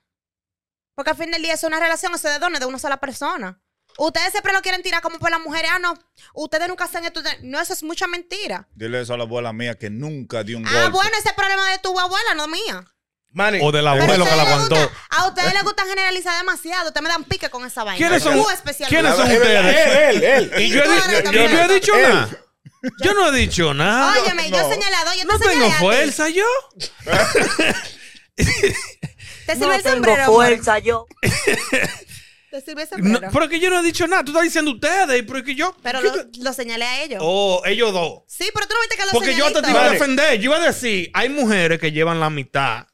D: Porque al fin del día es una relación, eso de dones de una sola persona. Ustedes siempre lo quieren tirar como por las mujeres, ah, no, ustedes nunca hacen esto. ustedes- No, eso es mucha mentira.
B: Dile eso a la abuela mía que nunca dio un golpe.
D: Ah, bueno, ese es problema de tu abuela, no mía.
A: Manny,
C: O del
D: Pero
C: abuelo
D: a
C: que la
D: ustedes les
C: aguantó.
D: gusta- a ustedes les gusta generalizar demasiado. Ustedes me dan pique con esa vaina.
C: ¿Quiénes son-
D: Tú especialmente.
C: quiénes son
A: Es verdad, él, él, él.
C: Y yo he,
D: Claro,
C: di-
D: también.
C: yo no he dicho
A: Él.
C: nada. Yo no he dicho nada.
D: Óyeme, yo señalado, yo te
C: No tengo
D: señalé a ti.
C: fuerza yo.
D: Te sirve
E: No
D: el
E: tengo
D: sombrero. amor?
E: fuerza yo.
D: Te sirve el
C: No,
D: sombrero.
C: pero es que yo no he dicho nada. Tú estás diciendo ustedes. y Pero es que yo.
D: Pero
C: ¿qué
D: lo,
C: tú-
D: lo señalé a ellos.
C: Oh, ellos dos.
D: Sí, pero tú no viste que lo
C: Porque yo
D: señalé.
C: hasta
D: y
C: te iba a
D: todo.
A: Vale.
C: defender. Yo iba a decir, hay mujeres que llevan la mitad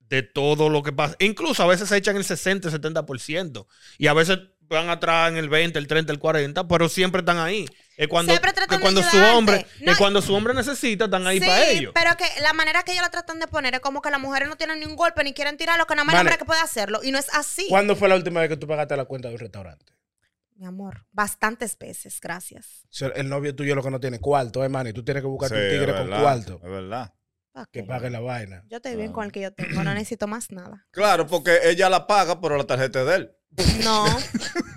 C: de todo lo que pasa. Incluso a veces se echan el 60, 70%. Y a veces van atrás en el 20, el 30, el 40, pero siempre están ahí. Es cuando,
D: Siempre tratan
C: es cuando
D: de
C: su
D: ayudarte.
C: hombre,
D: No.
C: es cuando su hombre necesita, están ahí
D: sí,
C: para ellos.
D: pero que la manera que ellos lo tratan de poner es como que las mujeres no tienen ni un golpe ni quieren tirarlo, que nada más el
A: Vale.
D: hombre que puede hacerlo. Y no es así.
A: ¿Cuándo fue la última vez que tú pagaste la cuenta de un restaurante?
D: Mi amor, bastantes veces, gracias.
A: O sea, El novio tuyo es lo que no tiene cuarto, eh, Manny. Tú tienes que buscar
B: Sí,
A: un
B: es
A: tigre con
B: verdad,
A: cuarto
B: Es verdad.
D: ¿Pa'
A: que
D: qué?
A: pague la vaina.
D: Yo estoy bien con
C: Ah.
D: el que yo tengo, no necesito más nada.
B: Claro, porque ella la paga, pero la tarjeta es de él.
D: No.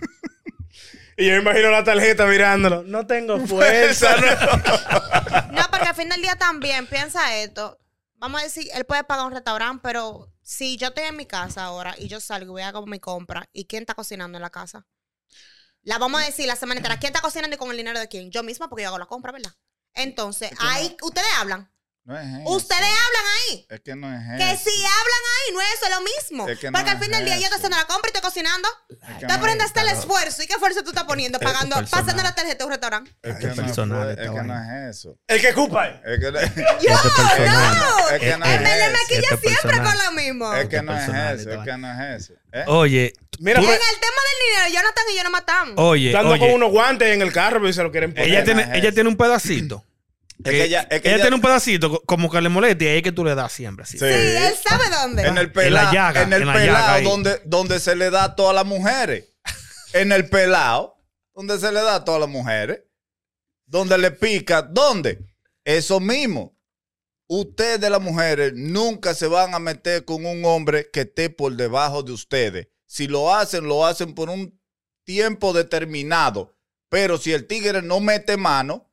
A: Y yo me imagino la tarjeta mirándolo. No tengo fuerza. no.
D: No, porque al fin del día también, piensa esto. Vamos a decir, él puede pagar un restaurante, pero si yo estoy en mi casa ahora y yo salgo y hago mi compra, ¿y quién está cocinando en la casa? La vamos a decir la semana entera. ¿Quién está cocinando y con el dinero de quién? Yo misma, porque yo hago la compra, ¿verdad? Entonces, ahí ustedes hablan.
B: No es eso.
D: Ustedes hablan ahí.
B: Es que no es eso.
D: Que si hablan ahí, no es eso lo mismo.
B: Es que no
D: porque al
B: es
D: fin del día
B: eso.
D: yo estoy haciendo la compra y estoy cocinando.
B: Es que
D: Te
B: no es-
D: prendes hasta el esfuerzo. ¿Y qué esfuerzo tú estás poniendo pagando,
C: personal.
D: pasando la tarjeta de un restaurante?
B: Es
C: Ay,
B: que, no,
C: personal
B: fue-
C: esta
B: es que no
C: vaina.
B: es eso.
A: El que ocupa. eh.
B: Es que no,
D: ¡Yo!
B: Este
C: personal.
D: Oh, ¡No!
B: Es que no es
D: Él me le
B: eso.
D: maquilla
C: Este
D: siempre
C: personal.
D: con lo mismo.
B: es que no es
C: personal
B: eso.
C: esta
B: Es que no es eso. ¿Eh?
C: Oye,
A: Mira,
D: en
A: pues,
D: el tema del dinero, Jonathan y yo no matamos.
C: oye,
A: estando con
C: oye.
A: unos guantes en el carro y se lo quieren poner.
C: Ella tiene,
B: es
C: ella
B: eso.
C: tiene un pedacito.
B: Es que ella- es que ella-
C: tiene un pedacito co- como que le molesta y ahí es que tú le das siempre. Así.
B: Sí.
D: sí, él sabe dónde.
B: En el
C: En
B: pelado.
C: la llaga,
B: En el
C: en la llaga
B: pelado
C: ahí.
B: donde, donde se le da a todas las mujeres. En el pelado donde se le da a todas las mujeres. Donde le pica. ¿Dónde? Eso mismo. Ustedes, las mujeres, nunca se van a meter con un hombre que esté por debajo de ustedes. Si lo hacen, lo hacen por un tiempo determinado. Pero si el tigre no mete mano,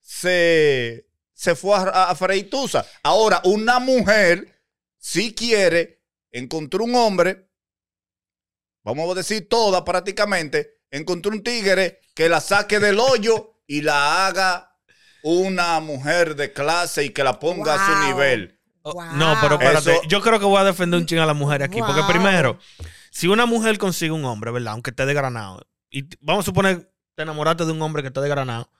B: se, se fue a, a Freitusa. Ahora, una mujer, si quiere, encontró un hombre, vamos a decir todas prácticamente, encontró un tigre que la saque del hoyo y la haga una mujer de clase y que la ponga a su
D: Wow.
B: nivel.
C: Oh,
D: Wow.
C: No, pero espérate.
B: Eso-
C: Yo creo que voy a defender un ching a la mujer aquí. Porque
D: Wow.
C: primero, si una mujer consigue un hombre, ¿verdad? Aunque esté desgranado. Y t- vamos a suponer, te enamoraste de un hombre que está desgranado.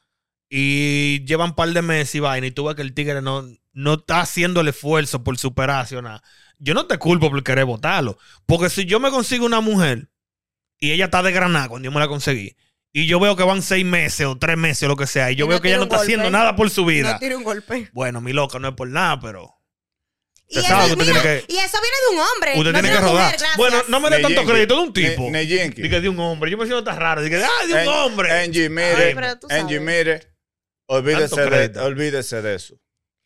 C: Y llevan un par de meses y vaina. Y tú ves que el tigre no, no está haciendo el esfuerzo por superarse o nada. Yo no te culpo por querer votarlo. Porque si yo me consigo una mujer y ella está desgranada cuando yo me la conseguí. Y yo veo que van seis meses o tres meses o lo que sea. Y yo
D: Y no
C: veo que ella
D: tiene
C: no
D: un
C: está haciendo
D: golpe.
C: nada por su vida.
D: No tire un golpe.
C: Bueno, mi loca, no es por nada, pero.
D: Y eso,
C: sabe que usted
D: mira,
C: tiene
D: y eso viene de un hombre.
C: Usted
D: no
C: tiene
D: de
C: que
D: una mujer,
C: rodar.
D: gracias.
C: bueno, no me dé tanto
B: Neyenki.
C: crédito de un
B: Ne-
C: tipo.
B: Neyenki.
C: Dije de un hombre. Yo me siento tan raro. Dije, ah, de un
B: En-
C: hombre.
B: Angie,
D: Ay,
B: mire,
D: pero tú
B: Angie,
D: sabes.
B: mire, olvídese
C: Tanto
B: de,
C: crédito.
B: olvídese de eso.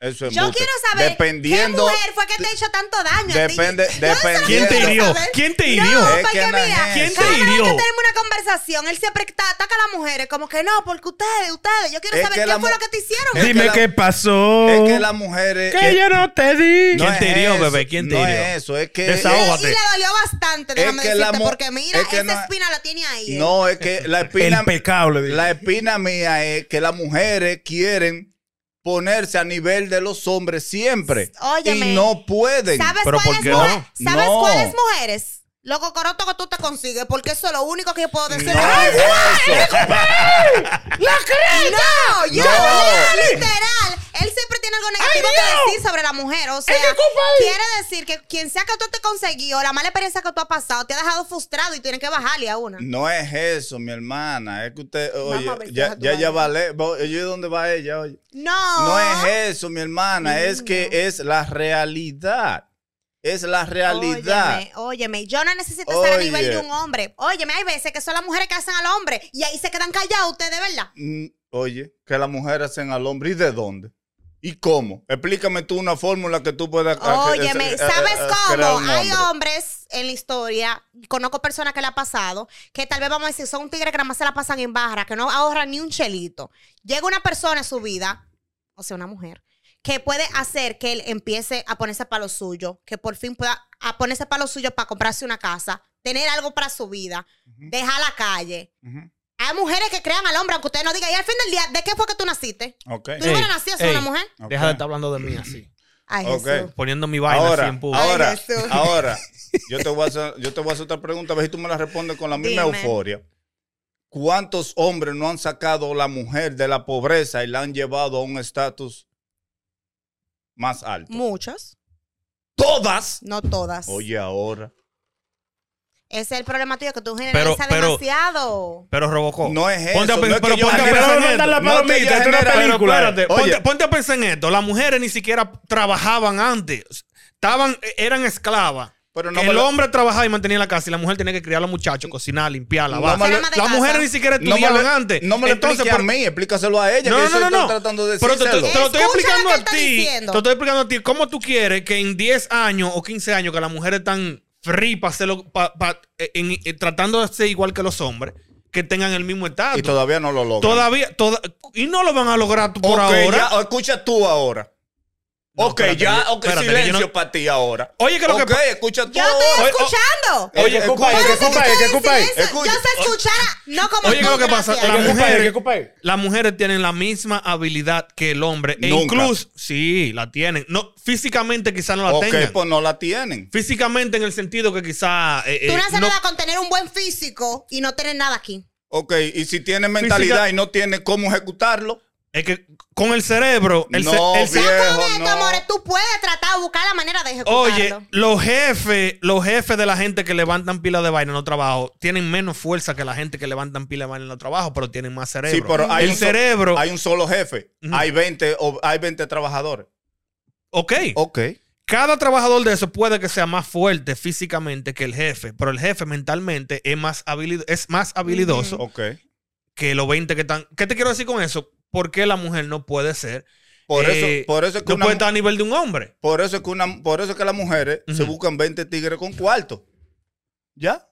B: Eso es
D: Yo
B: embuste.
D: quiero saber
B: Dependiendo,
D: qué mujer fue que te hizo tanto daño a ti.
B: Depende-
D: Yo eso
B: depende-
D: lo
C: ¿Quién te
D: quiero
C: hirió?
D: saber.
C: ¿Quién te hirió?
D: No,
B: Es que
D: porque
B: no Eh, es
D: mira,
B: ¿Quién
C: te
D: cada vez
C: hirió?
D: que tenemos una conversación, él siempre ta- ataca a las mujeres, como que no, porque ustedes, ustedes, yo quiero
B: Es
D: saber
B: que
D: qué
B: la
D: fue
B: mu-
D: lo que te hicieron.
C: Eh,
B: Es que
A: Dime
B: la-
A: qué pasó.
B: es que las mujeres.
A: Que
B: es-
A: yo no te di.
B: no
C: ¿Quién
B: es
C: te hirió,
B: eso,
C: bebé? ¿Quién te
B: no
C: hirió?
B: es eso, es que.
C: Desahoga.
D: Y le dolió bastante, déjame
B: que la
D: decirte,
B: mu-
D: porque mira,
B: es que
D: esa
B: no-
D: espina la tiene ahí. ¿eh?
B: No, es que la espina.
A: El pecado, le digo.
B: La espina mía es que las mujeres quieren ponerse a nivel de los hombres siempre.
D: Óyeme.
B: Y no pueden.
D: ¿Sabes
C: Pero ¿por
D: cuáles
C: qué
D: mujeres?
B: no?
D: ¿Sabes
B: No.
D: cuáles mujeres? Los cocorotos que tú te consigues, porque eso es lo único que yo puedo decir.
B: No
D: ¡Ay,
B: es eso.
D: No, yo
B: No.
D: no, literal. Él siempre tiene algo negativo que decir sobre la mujer. O sea, quiere decir que quien sea que tú te conseguió, la mala experiencia que tú has pasado, te ha dejado frustrado y tienes que bajarle a una.
B: No es eso, mi hermana. Es que usted, oye,
D: a ver si
B: ya,
D: deja tu Ah.
B: ya, ya
D: vaina.
B: vale. Oye, ¿dónde va ella? Oye.
D: No.
B: No es eso, mi hermana. Es que es la realidad. Es la realidad.
D: Óyeme, óyeme, yo no necesito estar a nivel
B: Oye.
D: de un hombre. Óyeme, hay veces que son las mujeres que hacen al hombre y ahí se quedan callados ustedes, ¿verdad?
B: Mm, Oye, que las mujeres hacen al hombre. ¿Y de dónde? ¿Y cómo? Explícame tú una fórmula que tú puedas. a- eh, que-
D: Óyeme,
B: a- a-
D: ¿sabes
B: a- a- crear
D: cómo?
B: un
D: Hay
B: hombre.
D: hombres en la historia, y conozco personas que le ha pasado, que tal vez vamos a decir, son un tigre que nada más se la pasan en barra, que no ahorran ni un chelito. Llega una persona en su vida, o sea, una mujer, que puede hacer que él empiece a ponerse para lo suyo, que por fin pueda a ponerse para lo suyo para comprarse una casa, tener algo para su vida, dejar la calle.
B: Ujú.
D: Hay mujeres que crean al hombre, aunque ustedes no digan, y al fin del día, ¿de qué fue que tú naciste?
B: Ok.
D: ¿Tú no
C: Ey,
D: hubieras nacido
C: ey.
D: siendo una mujer?
B: ok.
C: Deja de estar hablando de mí así.
D: Ay,
B: Ok.
D: Jesús.
C: Poniendo mi vaina así
B: Ahora,
C: en público.
B: ahora,
D: Ay, Jesús.
B: ahora, yo te voy a hacer, yo te voy a hacer otra pregunta, a ver si tú me la respondes con la misma
D: Dime.
B: euforia. ¿Cuántos hombres no han sacado a la mujer de la pobreza y la han llevado a un estatus más alto?
D: Muchas,
B: Todas.
D: no todas.
B: Oye, ahora.
D: Ese es el problema tuyo, que tú
C: Pero-
D: generalizas
C: pero-
D: demasiado.
C: Pero Robocó.
B: No es
C: Oh. Ponte a
B: eso,
C: pen-
B: no es
C: pero
B: que yo
C: ponte a
B: genero-
C: pensar
A: no
C: en
A: dar
C: esto.
A: la
B: No, que
A: palomita,
B: ya
A: esto es una
B: genera-
C: Pero
A: película.
C: espérate,
B: Oye.
C: ponte, ponte a pensar en esto. Las mujeres ni siquiera trabajaban antes. Estaban, e, eran esclavas.
B: Pero no
C: Que
B: me
C: el
B: lo-
C: hombre trabajaba y mantenía la casa y la mujer tenía que criar a los muchachos, cocinar, limpiar,
B: No
C: lavar.
B: me lo-
D: Ama de
C: las
D: casa.
C: mujeres ni siquiera
B: No me
C: estudiaban
B: lo-
C: antes.
B: No me lo
C: Entonces,
B: expliques a
C: por-
B: mí, explícaselo a ella,
C: No,
B: que
C: no,
B: eso
C: no,
B: estoy
C: no.
B: tratando de
C: Pero te, te-
B: decírselo.
C: te lo estoy
D: Escucha
C: explicando
D: lo que
C: a
D: él está
C: ti. Te
D: diciendo.
C: lo estoy explicando a ti. ¿Cómo tú quieres que en 10 años o 15 años que las mujeres están free para hacerlo, pa- pa- eh, en- en- tratando de ser igual que los hombres, que tengan el mismo
B: Y
C: estatus?
B: todavía no lo logra.
C: Todavía, toda- y no lo van a lograr tú
B: Ok,
C: por ahora.
B: ya, escucha tú ahora.
C: No,
B: ok,
C: espérate,
B: ya,
C: yo-
B: ok,
C: espérate,
B: silencio
C: yo no-
B: para ti ahora.
C: Oye, que lo que
B: Ok,
C: pa-
B: escucha tú
D: Yo
B: ahora.
D: estoy
C: Oye,
D: escuchando.
A: Oye,
B: Oh, Eh, Oye,
A: escupa ahí,
B: escucha,
A: que
D: Yo sé
A: escupa ahí, que
D: ustedes
A: escupa ahí.
D: dicen eso.
B: Escucha.
D: Yo sé escuchar, no como
C: Oye,
D: tú,
C: ¿qué es lo que
D: gracias.
C: pasa?
A: Que
C: La-
A: escupa ahí,
C: mujer-
A: que escupa ahí.
C: Las mujeres tienen la misma habilidad que el hombre. E
B: Nunca.
C: incluso, sí, la tienen. No, físicamente quizá no la
B: ok,
C: tengan.
B: pues no la tienen.
C: Físicamente en el sentido que quizá... eh, eh,
D: Tú no haces
C: no-
D: nada con tener un buen físico y no tener nada aquí.
B: Ok, y si tiene mentalidad y no tiene cómo ejecutarlo,
C: es que con el cerebro... El ce-
B: No,
C: el ce-
B: viejo,
D: Con esto,
B: no.
D: amores, tú puedes tratar de buscar la manera de ejecutarlo.
C: Oye, los jefes, los jefes de la gente que levantan pila de vaina en los trabajos tienen menos fuerza que la gente que levantan pila de vaina en los trabajos, pero tienen más cerebro.
B: sí, pero hay
C: el
B: un so-
C: cerebro,
B: hay un solo jefe,
C: Ujú.
B: hay 20 o- hay 20 trabajadores.
C: ok.
B: Ok.
C: Cada trabajador de eso puede que sea más fuerte físicamente que el jefe, pero el jefe mentalmente es más, habili- es más habilidoso
B: Ok.
C: que los 20 que están. ¿Qué te quiero decir con eso? ¿Por qué la mujer no puede ser?
B: Por
C: eh,
B: eso por eso es que
C: no
B: una
C: puede estar a nivel de un hombre.
B: por eso es que una por eso es que las mujeres se
C: Ujú.
B: buscan 20 tigres con cuarto. ¿Ya?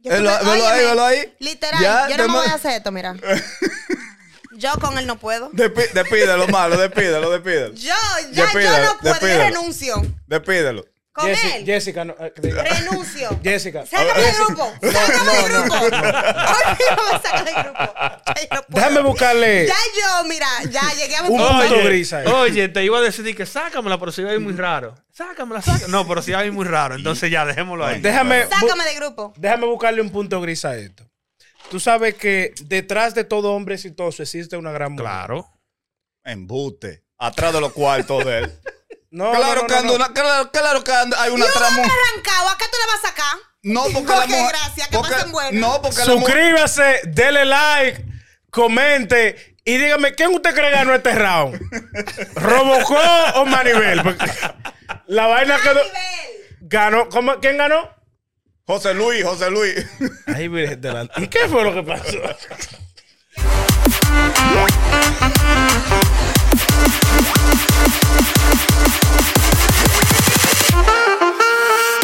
D: Yo
B: Velo,
D: siempre-
B: velo ahí,
D: óyeme,
B: velo ahí.
D: Literal,
B: Ya,
D: yo no me
B: demo-
D: voy a hacer esto, mira. Yo con él no puedo.
B: Depi- despídelo, malo, despídelo, despídelo.
D: Yo, ya, yo
B: Despídelo,
D: no puedo. Yo
B: despídelo.
D: renuncio.
B: Despídelo.
D: Con
A: Jessica-
D: él,
A: Jessica, no, eh, que diga.
D: renuncio.
A: Jessica.
D: Sácame del grupo. Sácame del grupo. Ahorita me saca del grupo. Ya yo no puedo.
A: Déjame buscarle.
D: Ya yo, mira, ya llegué a mi
A: Un
D: punto.
A: punto gris ahí.
C: oye, te iba a decidir que sácamela, pero si va a ir
B: Mm.
C: muy raro. Sácamela, sácamela. No, pero si va a ir muy raro. Entonces ya, dejémoslo ahí.
A: Déjame, bu-
D: Sácame del grupo.
A: déjame buscarle un punto gris a esto. Tú sabes que detrás de todo hombre exitoso existe una gran mujer.
C: Claro.
B: Embute. Atrás de los cuartos de él.
A: No,
B: claro,
A: no, no,
B: que anda
A: no.
B: una- claro, claro que anda- hay una trama.
D: Arrancado, ¿a qué tú le vas a sacar?
B: No, porque la
D: Ok,
B: mujer.
D: gracias, que
B: porque-
D: pasen buenas.
B: No, porque la mujer.
A: Suscríbase, dele like, comente y dígame quién usted cree ganó este round. ¿Robocó o Manivel? Porque La vaina quedó.
D: Nivel.
A: Ganó. ¿cómo? ¿Quién ganó?
B: José Luis, José Luis.
A: Ay, Virgen delante. ¿Y qué fue lo que pasó?